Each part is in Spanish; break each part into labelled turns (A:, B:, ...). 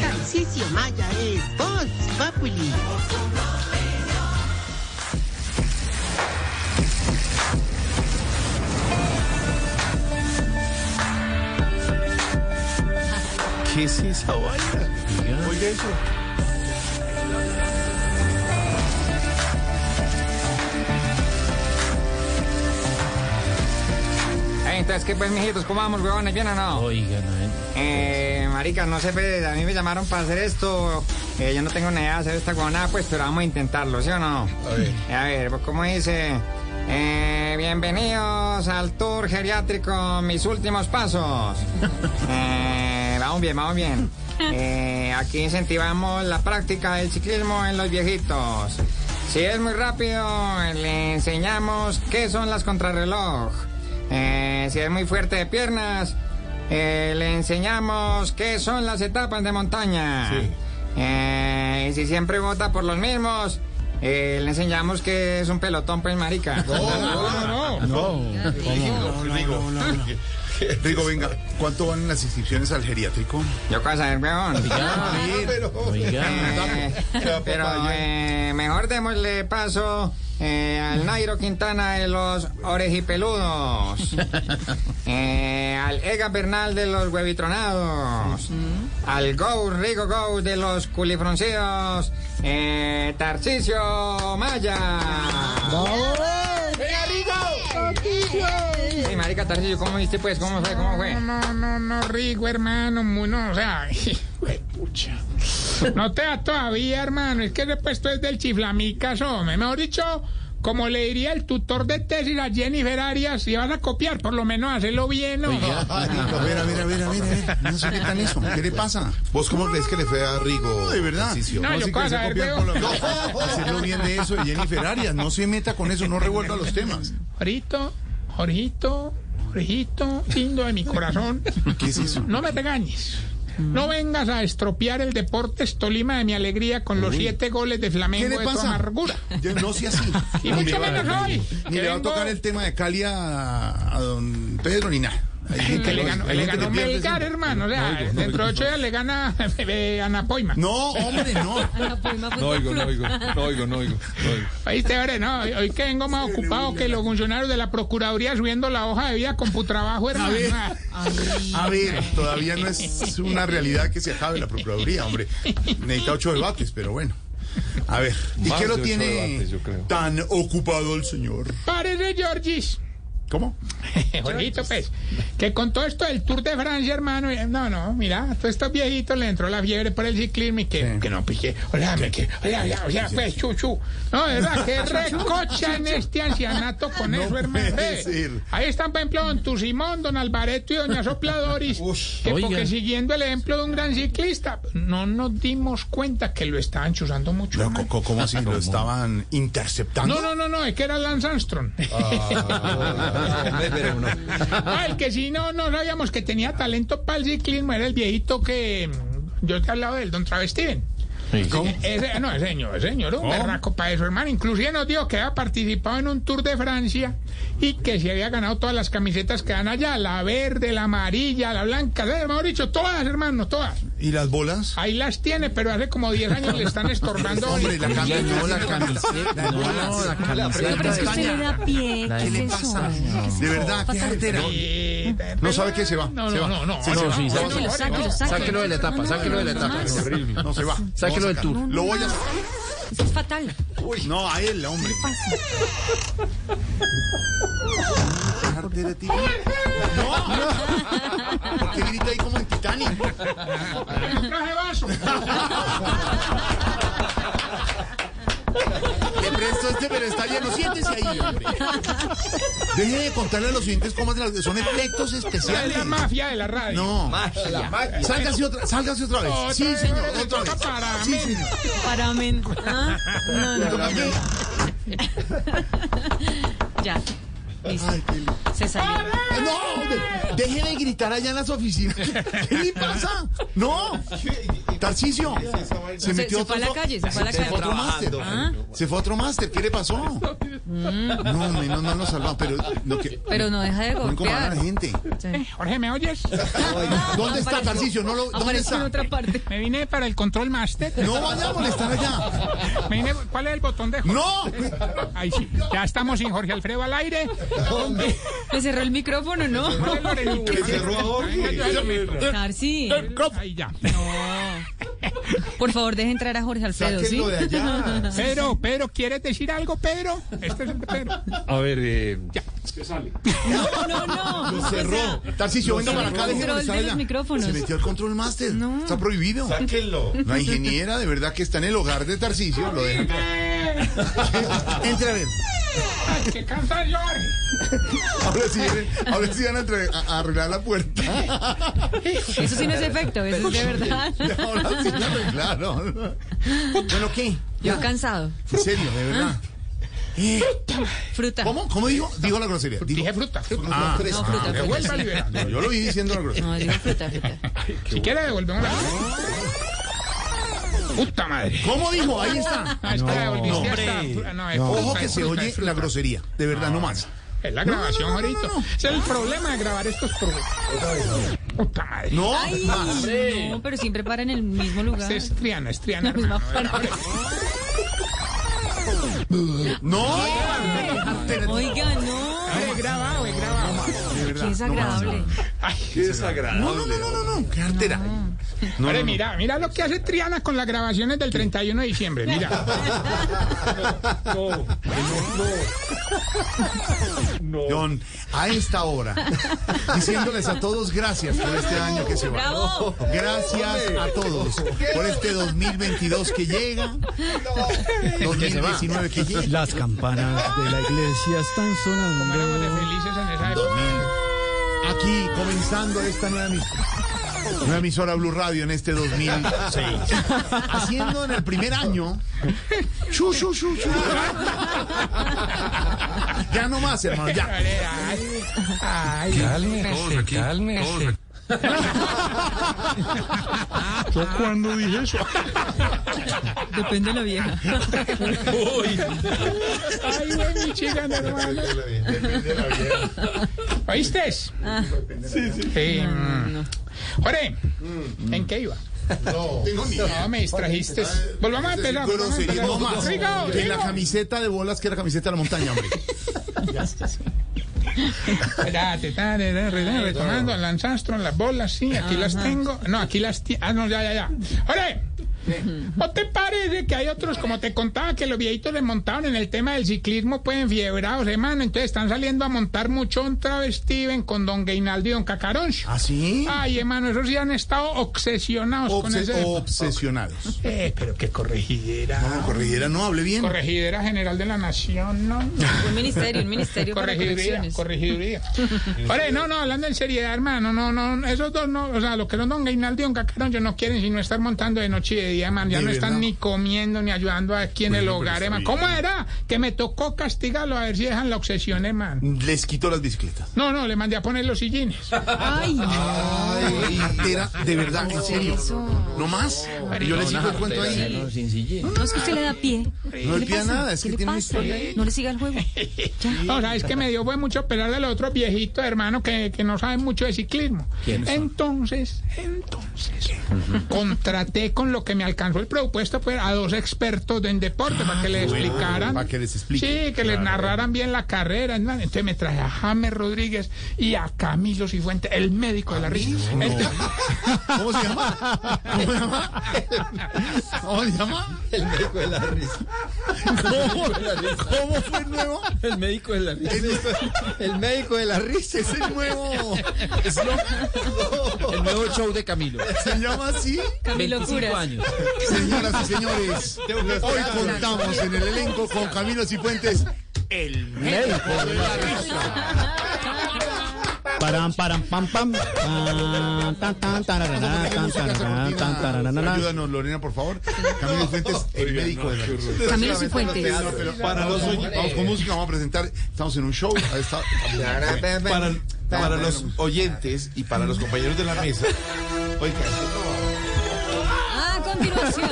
A: Mauricio Maya es Voz Populi.
B: ¿Qué es esa vaina?
C: Oiga eso.
D: Entonces, ¿qué pues, mijitos? ¿Cómo vamos, huevones? ¿Bien o no?
B: Oiga, no, eh.
D: Eh, marica, no sé, pues, a mí me llamaron para hacer esto. Eh, yo no tengo ni idea de hacer esta guanada, pues, pero vamos a intentarlo, ¿sí o no?
C: A ver.
D: A ver, pues, ¿cómo dice? Eh, bienvenidos al tour geriátrico, mis últimos pasos. Eh, vamos bien, vamos bien. Eh, aquí incentivamos la práctica del ciclismo en los viejitos. Si es muy rápido, le enseñamos qué son las contrarreloj. Eh, si es muy fuerte de piernas, eh, le enseñamos qué son las etapas de montaña.
C: Sí.
D: Eh, y si siempre vota por los mismos, eh, le enseñamos que es un pelotón, pues marica.
E: Ah,
C: No, no, no. Rigo, Rigo. Rigo, venga, ¿cuánto van las inscripciones al geriátrico?
D: Yo qué saber, weón.
C: Ah, pero.
D: Eh, pero eh, mejor démosle paso eh, al Nairo Quintana de los Orejipeludos, eh, al Ega Bernal de los Huevitronados, al Go Rigo Go de los Culifroncidos, eh, Tarcisio Maya.
C: ¡Venga, Rigo!
D: Sí, marica Tarcisio, ¿cómo viste pues? ¿Cómo fue? ¿Cómo fue?
F: No, no, no, Rigo, hermano, muy no, o sea,
C: Pucha.
F: no te da todavía, hermano, es que después esto es del chiflamicas, hombre, mejor dicho, como le diría el tutor de tesis a Jennifer Arias, si vas a copiar, por lo menos hazlo bien, ¿no?
C: Ah, Rigo, a ver, a ver, a ver, a ver, a ver. No sé qué tan eso. ¿Qué le pasa?
G: ¿Vos cómo crees que le fue a Rigo?
C: No, de verdad.
G: Tarcisio?
F: No, yo
C: Así que
F: puedo
C: se
F: saber,
C: copian
F: veo.
C: con lo- No, hacerlo bien de eso de Jennifer Arias. No se meta con eso, no revuelva los temas.
F: Jorito, Jorgito, Jorgito, lindo de mi corazón,
C: ¿Qué es eso?
F: no me regañes. No vengas a estropear el Deportes Tolima de mi alegría con los siete goles de Flamengo
C: ¿Qué le
F: de tu
C: pasa?
F: amargura.
C: Ya, No sea así.
F: Y mucho menos hoy.
C: Ni
F: que
C: le va a
F: vengo-
C: tocar el tema de Cali a, a don Pedro ni nada. Hay gente
F: Que Mm. le
C: no-
F: ganó,
C: hay
F: le
C: gente
F: ganó
C: que pierde
F: Melgar,
C: siempre.
F: hermano. O sea, dentro de ocho días le gana eh, Anapoima.
C: No, hombre, no.
B: No oigo, no oigo, no oigo, no oigo. no oigo.
F: Oíste, hombre, no, hoy, hoy que vengo más ocupado que los funcionarios de la Procuraduría subiendo la hoja de vida con putrabajo, hermano.
C: ver.
F: Ah,
C: A ver, todavía no es una realidad que se acabe la Procuraduría, hombre. Necesita ocho debates, pero bueno. A ver, ¿y
B: Más
C: qué lo
B: de ocho
C: tiene
B: debates, yo creo.
C: tan ocupado el señor?
F: Parece, Georgis.
C: ¿Cómo?
F: Jorgito, pues, que con todo esto del Tour de Francia, hermano, eh, no, no, mira, a todos estos viejitos le entró la fiebre por el ciclismo y que,
C: Sí.
F: que no pique, hola, me que, hola, hola, hola, pues, chu, chu. No, de verdad, que recocha en este ancianato con eso, hermano.
C: puede
F: eh.
C: ser.
F: Ahí están, por ejemplo, don Tusimón, don Albareto y doña Sopladoris,
C: Ush,
F: que
B: oiga.
F: porque siguiendo el ejemplo de un gran ciclista, no nos dimos cuenta que lo estaban chuzando mucho.
C: No,
F: hermano.
C: co- co- ¿Cómo así? ¿Lo estaban interceptando?
F: No, no, no, no, es que era Lance Armstrong.
C: Ah,
B: Hombre, pero uno.
F: Ah, el que sí no, no sabíamos que tenía talento para el ciclismo era el viejito que mm, yo te he hablado del Don Travestiven.
C: ¿Cómo?
F: Ese, no, ese señor, ese señor, un berraco para eso, hermano. Inclusive nos dijo que había participado en un Tour de Francia y que se había ganado todas las camisetas que dan allá, la verde, la amarilla, la blanca, ¿sabes, mejor dicho, todas, hermano, todas.
C: ¿Y las bolas?
F: Ahí las tiene, pero hace como 10 años le están estorbando.
C: Hombre, la camiseta.
B: no, la camiseta, no, no, la camiseta.
H: Pero es que usted le da pie. ¿Qué
C: ¿Qué
H: es
C: le
H: eso?
C: pasa? De verdad, qué artera.
F: Y-
C: No sabe que se va,
F: No,
C: se
F: no,
C: va.
F: no, no.
C: Se
F: se
C: va,
F: va,
B: sí,
F: no,
B: se va.
F: no,
H: Sáquelo, sáquelo,
F: no,
H: sáquelo.
B: Sáquelo de la etapa,
H: No, no,
B: sáquelo de la
H: no,
B: etapa.
H: no, no,
C: No se va.
B: Sáquelo del tour.
C: Lo voy a...
H: Eso es fatal.
C: Uy, no, a él, hombre. No, ¿Por qué grita ahí como en Titanic?
F: no traje vaso.
C: Le presto este, pero está lleno. Siéntese ahí, hombre. Deje de contarle a los oyentes cómo es la- son efectos
F: Es
C: especiales.
F: la mafia de la radio.
C: No. Sálgase otra, sálgase otra vez.
F: Otra
C: sí,
F: vez,
C: señor,
F: le
C: otra
F: toca
C: vez.
F: para
C: Sí,
F: mí.
C: señor.
H: Paramen. Ah, No, no, no.
C: Tócame.
H: Ya. Listo.
C: Ay, qué lindo.
H: Se
C: Ah,
H: salió.
C: Eh, No, de- deje de gritar allá en las oficinas. ¿Qué, qué le pasa? No. Está Tarcisio. Se
H: Se,
C: metió
H: se
C: otro
H: fue a la
C: fo-
H: calle, se fue a la
C: Se fue otro
H: calle.
C: máster.
H: Ah.
C: Se fue otro máster. ¿Qué le pasó? No, no, no, no lo salvamos. Pero, lo que,
H: Pero no deja de
C: no incomoda a
H: golpear.
C: la gente.
F: Jorge, ¿me oyes?
C: ¿Dónde está Tarcisio? No lo, ¿Dónde
H: Apareció en
C: está?
H: otra parte.
F: Me vine para el control master.
C: No vaya a molestar allá.
F: Me vine- ¿Cuál es el botón de Jorge?
C: ¡No!
F: Ahí sí. Ya estamos sin Jorge Alfredo al aire.
H: Me cerró el micrófono, ¿no? Tarsi,
F: Ahí ya.
H: por favor, deje entrar a Jorge Alfredo, ¿sí?
C: Sáquenlo de allá.
F: Pero, pero, ¿quieres decir algo, Pedro? Este es el de Pedro.
B: A ver, eh,
H: No, no, no. O sea,
C: Cerró. Tarcisio, venga para acá,
H: cerró.
C: déjeme molestar
H: Control de los
C: allá.
H: micrófonos.
C: Se metió al control master.
H: No.
C: Está prohibido.
G: Sáquenlo.
C: La ingeniera de verdad que está en el hogar de Tarcisio. Lo deja. Entre a ver.
F: Ay, ¡Qué cansancio, Jorge!
C: Ahora sí, vienen- ahora sí van a, entre- a- a arreglar la puerta.
H: eso sí no es efecto, eso es de verdad.
C: Ahora sí la arreglaron. Bueno, ¿qué?
H: Yo cansado.
C: En serio, de verdad. Eh,
H: Fruta.
C: ¿Cómo? ¿Cómo dijo? Dijo la grosería. Dijo,
F: Dije fruta, fruta.
C: ah,
H: No, fruta,
F: Me
H: fruta.
F: vuelvo a liberar.
C: no, yo lo vi diciendo la grosería.
H: No, digo fruta, fruta.
F: Si quiere, devolvemos la. ¡Puta madre!
C: ¿Cómo dijo? Ahí está.
F: No, es que la devolviste hasta. Ah, No, es fruta,
C: Ojo que
F: es
C: se
F: fruta,
C: oye
F: es fruta.
C: la grosería. De verdad, no más.
F: Es la grabación,
C: no, no, no,
F: ahorita.
C: no, no.
F: Es el problema de grabar estos programas. ¡Puta madre!
C: No,
H: Ay,
C: más.
H: no, pero siempre para en el mismo lugar.
F: Es triana, es triana,
H: La misma
F: hermano.
H: parte.
C: No.
H: Oiga, no.
F: He grabado, he grabado.
C: De verdad.
H: Qué desagradable.
B: qué desagradable.
C: No, no, no, no, no, no. Qué altera.
F: Hombre, mira, mira lo que hace Triana con las grabaciones del 31 de diciembre, mira.
C: John, a esta hora, diciéndoles a todos gracias por este año que se va.
H: ¡Bravo!
C: Gracias a todos por este 2022 que llega, 2019 que llega.
E: Las campanas de la iglesia están
F: Como
E: sonando.
F: éramos de felices en esa época.
C: Aquí comenzando esta nueva emisora. Nueva emisora Blue Radio en este 2006. Haciendo en el primer año. chu, chu, chu, chu. Ya no más, hermano, ya.
F: Ay, ay,
E: cuando dije eso?
H: Depende de la vieja.
F: ay, güey, mi chica, mi hermano. ¿Oíste? Sí, sí. mm. Jorge, ¿en qué iba?
C: Tengo ni idea.
F: No, me distrajiste. Volvamos a empezar. volvamos a
C: Grosería,
F: empezar.
C: no más.
F: Siga,
C: En la
F: siga.
C: camiseta de bolas que era camiseta de la montaña, hombre.
F: Espérate, está, de- de- de- de- retomando, lanzastro, las bolas, sí, aquí las tengo. No, aquí las ti- Ah, no, ya, ya, ya. ¡Ore! ¿No te parece que hay otros, como te contaba, que los viejitos le montaron en el tema del ciclismo, pues enfiebrados, hermano? Entonces están saliendo a montar muchón travestiven con don Gainaldo y don Cacaroncio.
C: ¿Ah, sí?
F: Ay, hermano, esos sí han estado obsesionados Ah, con
C: Obse-
F: ese...
C: obsesionados.
F: Eh, pero qué corregidera.
C: No, corrigera, no hable bien.
F: Corregidera General de la Nación, ¿no?
H: Un ministerio, un ministerio para
F: Corregiduría,
H: correcciones.
F: corregiduría. Oye, no, no, hablando en seriedad, hermano, no, no, esos dos no, o sea, lo que son don Gainaldo y don Cacarón, yo no quieren sino estar montando de noche y de día, man, ya
C: De
F: no están
C: verdad.
F: ni comiendo ni ayudando aquí en el
C: Bueno, Pues pero
F: hogar,
C: está
F: hermano.
C: bien.
F: ¿Cómo era que me tocó castigarlo a ver si dejan la obsesión, hermano?
C: Les quitó las bicicletas.
F: No, no, le mandé a poner los sillines.
H: Ay,
C: Ay, cartera, de verdad, en serio. ¿No más? Yo les sigo el cuento ahí.
H: no es que usted le da pie.
C: No le pida nada, es
H: ¿Qué
C: que
H: le
C: tiene una
H: pasa?
C: historia ahí.
H: No le siga el juego.
F: O sea, es que me dio fue mucho pelar de los otros viejitos, hermano, que, que no saben mucho de ciclismo. Entonces, entonces, contraté con lo que me alcanzó el presupuesto pues, a dos expertos en deporte para que le explicaran.
C: Ah, para que les explique.
F: Sí, que les narraran bien la carrera. ¿no? Entonces me traje a James Rodríguez y a Camilo Cifuentes, el médico
C: Ah,
F: de la risa. Entonces-
C: ¿Cómo se llama? ¿Cómo se llama? ¿Cómo se llama?
E: El médico de la risa.
C: ¿Cómo, ¿Cómo fue el nuevo?
E: El médico de la risa. El médico de la risa.
C: Es el nuevo.
E: El nuevo show de Camilo.
C: ¿Se llama así?
H: Camilo Curas.
E: años.
C: Señoras y señores, hoy contamos en el elenco con Camilo Cifuentes.
E: Param, param, pam, pam. Tan, tan, tan,
G: Ah,
E: tararará, tan, tararará, tan, tararará.
C: Ayúdanos, Lorena, por favor. Camilo Cifuentes, el médico de la
H: Camilo Cifuentes.
C: No, pero Para los oy- Vamos con música, vamos a presentar. Estamos en un show. ahí está.
G: Para, para los oyentes y para los compañeros de la mesa. Oiga,
H: Ah, continuación,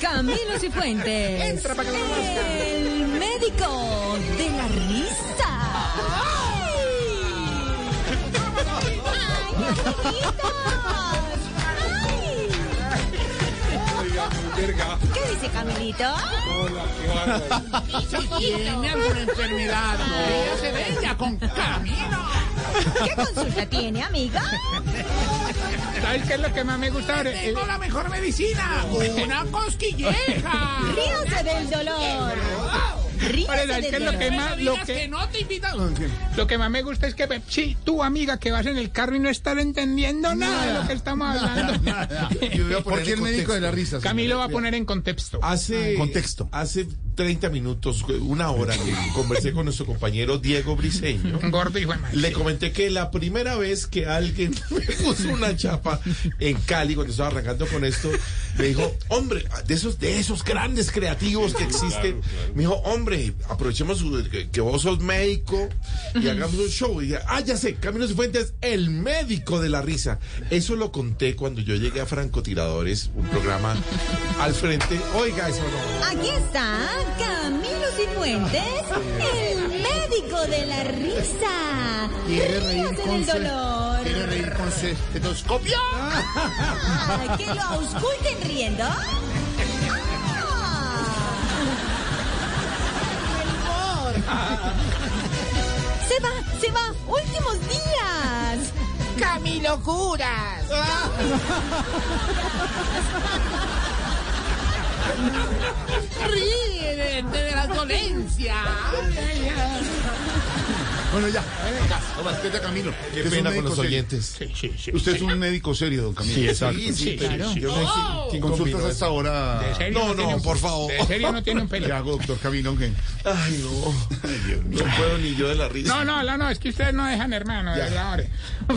H: Camilo Cifuentes.
G: Entra para que lo
H: El médico de la risa. ¡Ay! ¡Ay, amiguitos!
B: verga.
H: ¡Ay! ¿Qué dice Camilito?
B: Hola, qué bárbaro.
C: Tiene alguna enfermedad. No. se venga con camino.
H: ¿Qué consulta tiene, amiga?
F: ¿Sabes qué es lo que más me gusta? Eh, El- el-
C: la mejor medicina. Una cosquilleja.
H: Ríase del dolor.
F: Ahora,
H: Ríase
F: ¿sabes qué
H: del
F: es lo que
H: dolor.
F: más, lo que,
C: no te invitan.
F: lo que más me gusta es que, ve- sí, tu amiga que vas en el carro y no estar entendiendo nada de lo que estamos hablando.
G: Porque el médico de la risa. señor.
F: Camilo va a poner en contexto.
I: Hace,
C: Contexto.
I: hace 30 minutos, una hora que conversé con nuestro compañero Diego Briseño.
F: Gordo, hijo de madre.
I: Le comenté que la primera vez que alguien me puso una chapa en Cali, cuando estaba arrancando con esto, me dijo, hombre, de esos, de esos grandes creativos que existen, me dijo, hombre, aprovechemos su- que, que vos sos médico y hagamos un show. Y, ah, ya sé, Camilo Cifuentes, el médico de la risa. Eso lo conté cuando yo llegué a Francotiradores, un programa al frente. Oiga, eso no.
H: Aquí está Camilo Cifuentes, el médico de la risa.
C: Quiere reír
H: Ríase
C: con
H: del
C: sed.
H: dolor.
C: Quiere reír con sed.
H: Ah, que lo ausculten riendo. Ah. Se va, se va, últimos días.
G: Camilo Curas.
C: Ríete de las dolencias. Bueno, ya. No, respeta a Camilo.
I: Qué
C: Usted es un
I: pena con
C: médico
I: los
C: serio.
I: oyentes.
C: Usted es un médico serio, don Camilo.
I: Sí, sí, claro. Yo no sé quién
C: Consultas
I: combinó
C: hasta
I: eso.
C: ahora.
F: ¿En serio
I: No,
F: tiene
I: no,
F: un-
I: por favor.
F: ¿En serio no tiene un
C: ¿Qué
F: pelo?
C: hago, doctor Camilo? ¿Qué?
I: Ay, no. No puedo ni yo de la risa.
F: No, no, no, no, es que ustedes no dejan, hermano, de verdad, ahora.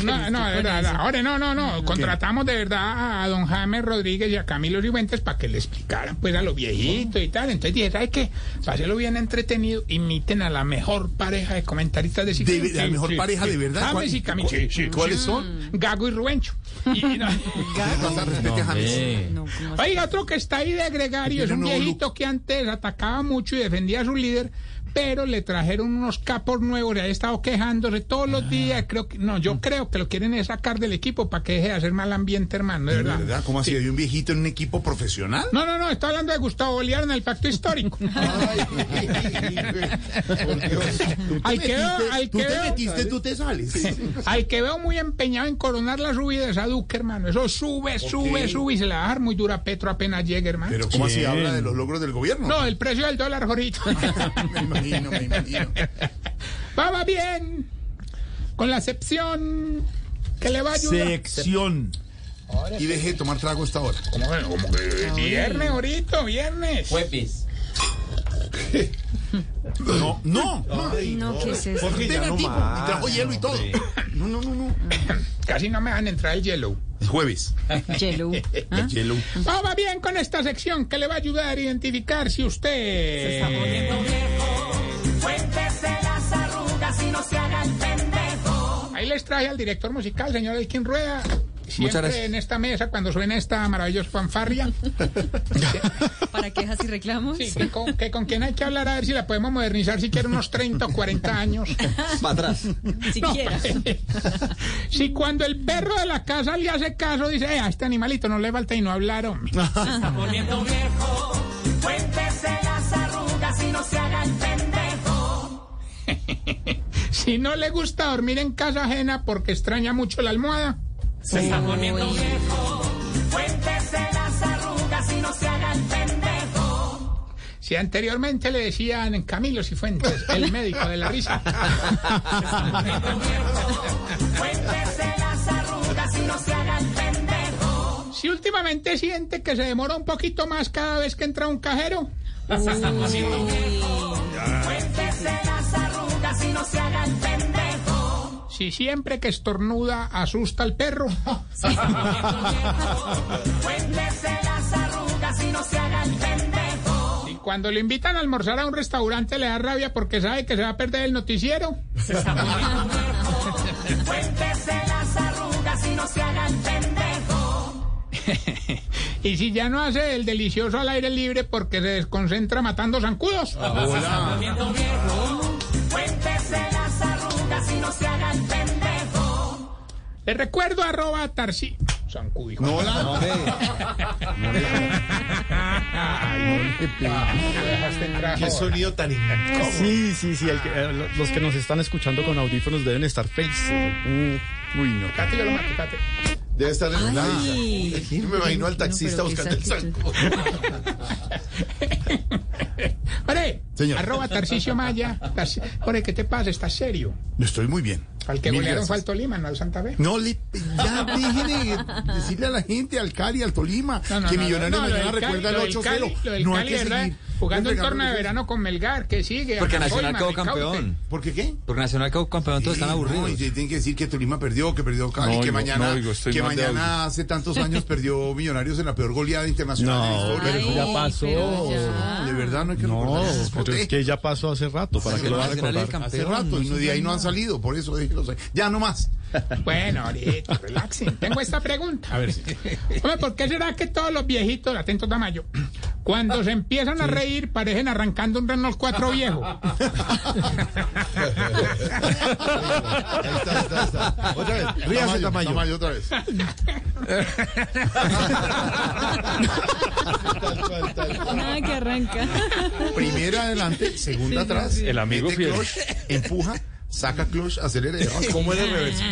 F: No, no, de verdad, ahora, no, no, no, contratamos de verdad a don James Rodríguez y a Camilo Rivuentes para que le explicaran, pues, a los viejitos y tal. Entonces dije, ¿sabes qué? Para hacerlo bien entretenido, imiten a la mejor pareja de comentaristas de ciclismo.
C: ¿De- la mejor pareja de verdad?
F: James
C: ¿Cuál-
F: y Camilo.
C: cu- cuáles son?
F: Gago y Rubencho. Y- y no-
C: Pasa, respete a James.
F: Oiga, otro que está ahí de gregario es
C: Tiene
F: un
C: nuevo
F: viejito que antes atacaba mucho y defendía a su líder, pero le trajeron unos capos nuevos, le ha estado quejándose todos los días. Creo que, no, yo creo que lo quieren es sacar del equipo para que deje de hacer mal ambiente, hermano, de
C: ¿De
F: verdad.
C: verdad? ¿Cómo así? ¿Hay un viejito en un equipo profesional?
F: No, no, no, estoy hablando de Gustavo Bolívar en el pacto histórico.
C: Ah. Por Dios. Tú te
F: Al que veo-
C: metiste-
F: al
C: Tú
F: que
C: te
F: veo-
C: metiste, tú te sales.
F: Al que veo muy empeñado en coronar la subida es a Duque, hermano. Eso sube, sube,
C: qué?
F: sube y se la va a dar muy dura a Petro apenas llegue, hermano.
C: Pero ¿cómo así
E: ¿Quién?
C: habla de los logros del gobierno?
F: No, el precio del dólar, Jorito.
C: Me imagino, me imagino.
F: Vamos bien. Con la excepción que le va a ayudar.
E: Sección.
C: Y dejé de tomar trago hasta ahora.
F: ¿Cómo que- cómo que- viernes, ahorita, viernes.
G: Huepis.
C: No, no.
H: No, ¿qué es eso?
I: Porque ya
C: Ven
I: no
C: al tipo.
I: más.
C: Y trajo hielo y todo. No, no, no, no.
F: Casi no me dejan entrar el hielo.
C: Jueves.
H: Yellow. ¿Ah?
C: El hielo.
F: Vamos bien con esta sección que le va a ayudar a identificar si usted. Ahí les traje al director musical, señor Elkin Rueda.
G: Muchas
F: Siempre
G: gracias.
F: en esta mesa, cuando suena esta maravillosa fanfarria.
H: ¿Para quejas y reclamos?
F: Sí, que con, que con quién hay que hablar, a ver si la podemos modernizar siquiera unos 30 o 40 años.
G: Para atrás.
H: Siquiera.
F: si cuando el perro de la casa le hace caso, dice, "Eh, a este animalito no le falta y no hablaron. si no le gusta dormir en casa ajena porque extraña mucho la almohada. Si anteriormente le decían Camilo Cifuentes, el médico de la risa. Si últimamente siente que se demora un poquito más cada vez que entra un cajero. Si siempre que estornuda asusta al perro. Si cuando le invitan a almorzar a un restaurante le da rabia porque sabe que se va a perder el noticiero. Y si ya no hace el delicioso al aire libre porque se desconcentra matando zancudos. Les recuerdo arroba tarsi. Zancudo, hijo.
C: No la.
F: Dejaste entrar,
I: Qué
F: joder.
I: sonido tan incómodo.
E: Sí, sí, sí. el que- eh, lo- los que nos están escuchando con audífonos deben estar felices.
B: Mm.
C: Uy, no.
F: Cate, yo lo mato, cate.
I: Debe estar en la
H: Ay.
I: Yo me imagino al
H: No, pero
I: taxista
H: qué
I: buscando el
H: exactitud.
I: zancudo.
F: Ore,
C: Señor.
F: arroba Tarcicio Maya. Tarci- Ore, ¿qué te pasa? ¿Estás serio?
C: Estoy muy bien.
F: Al que
C: Mil
F: golearon
C: gracias.
F: fue al Tolima, no al Santa Fe.
C: No, le, ya deje de decirle a la gente, al Cali, al Tolima,
F: No, no,
C: que
F: no,
C: Millonario
F: no, lo
C: mañana
F: del Cali-
C: recuerda
F: lo
C: el
F: del Cali-
C: 8-0.
F: Lo del
C: No hay
F: Cali,
C: que
F: ¿verdad?
C: seguir.
F: Jugando
C: Ven,
F: el
C: regalo,
F: torneo de
C: regalo.
F: verano con Melgar, que sigue.
G: Porque
F: Anacoima,
G: Nacional quedó
F: Ricaute.
G: campeón.
C: ¿Por qué qué?
G: Porque Nacional quedó campeón, todos están
C: Sí, no,
G: aburridos.
C: y tienen que decir que Tolima perdió, que perdió Cali,
B: No
C: que
B: oigo,
C: mañana,
B: no oigo, estoy
C: que
B: mal de
C: mañana hace tantos años perdió Millonarios en la peor goleada internacional de la
E: No,
C: historia.
E: pero eso ya
H: Ay,
E: pasó.
H: pero ya.
C: Oh. De verdad no hay que
E: No,
C: recordar esas cosas.
E: pero es que ya pasó hace rato. ¿Para
C: Sí,
E: qué lo va a
G: Nacional es
E: recordar?
C: Hace
G: campeón,
C: rato, y
G: no
C: no- de ahí no han salido, por eso déjenlos ahí. Ya no más.
F: Bueno, ahorita, relaxen. Tengo esta pregunta.
C: A ver.
F: Hombre, ¿por qué será que todos los viejitos, atento Tamayo, cuando se empiezan a reír parecen arrancando un Renault 4 viejo?
C: Ahí está, ahí está, ahí está. Otra vez.
E: Ríase, Tamayo.
C: Tamayo, Tamayo, otra vez.
H: Nada que arranca.
C: Primera adelante, segunda atrás.
B: El amigo
C: mete
B: fiel.
C: clutch, empuja, saca clutch, acelera. y abajo.
I: ¿Cómo era el reverso?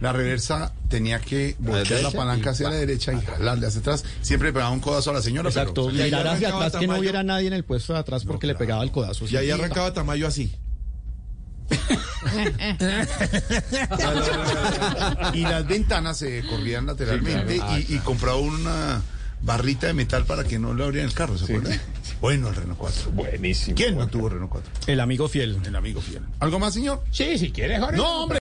C: La reversa tenía que voltear la palanca hacia la derecha y jalarle hacia atrás. Siempre pegaba un codazo a la señora. pero-
E: Exacto,
I: ahí
E: mirar hacia
I: arrancaba
E: atrás que no
I: Tamayo.
E: hubiera nadie en el puesto de atrás porque le pegaba el codazo.
I: Y ahí arrancaba Tamayo así.
C: y las ventanas se corrían lateralmente y, y compraba una barrita de metal para que no le abrieran el carro, ¿se acuerdan? Bueno, el Renault 4.
B: Buenísimo.
C: ¿Quién no tuvo Renault 4?
E: El amigo fiel.
C: El amigo fiel. ¿Algo más, señor?
F: Sí, si quieres, Jorge.
C: No, hombre.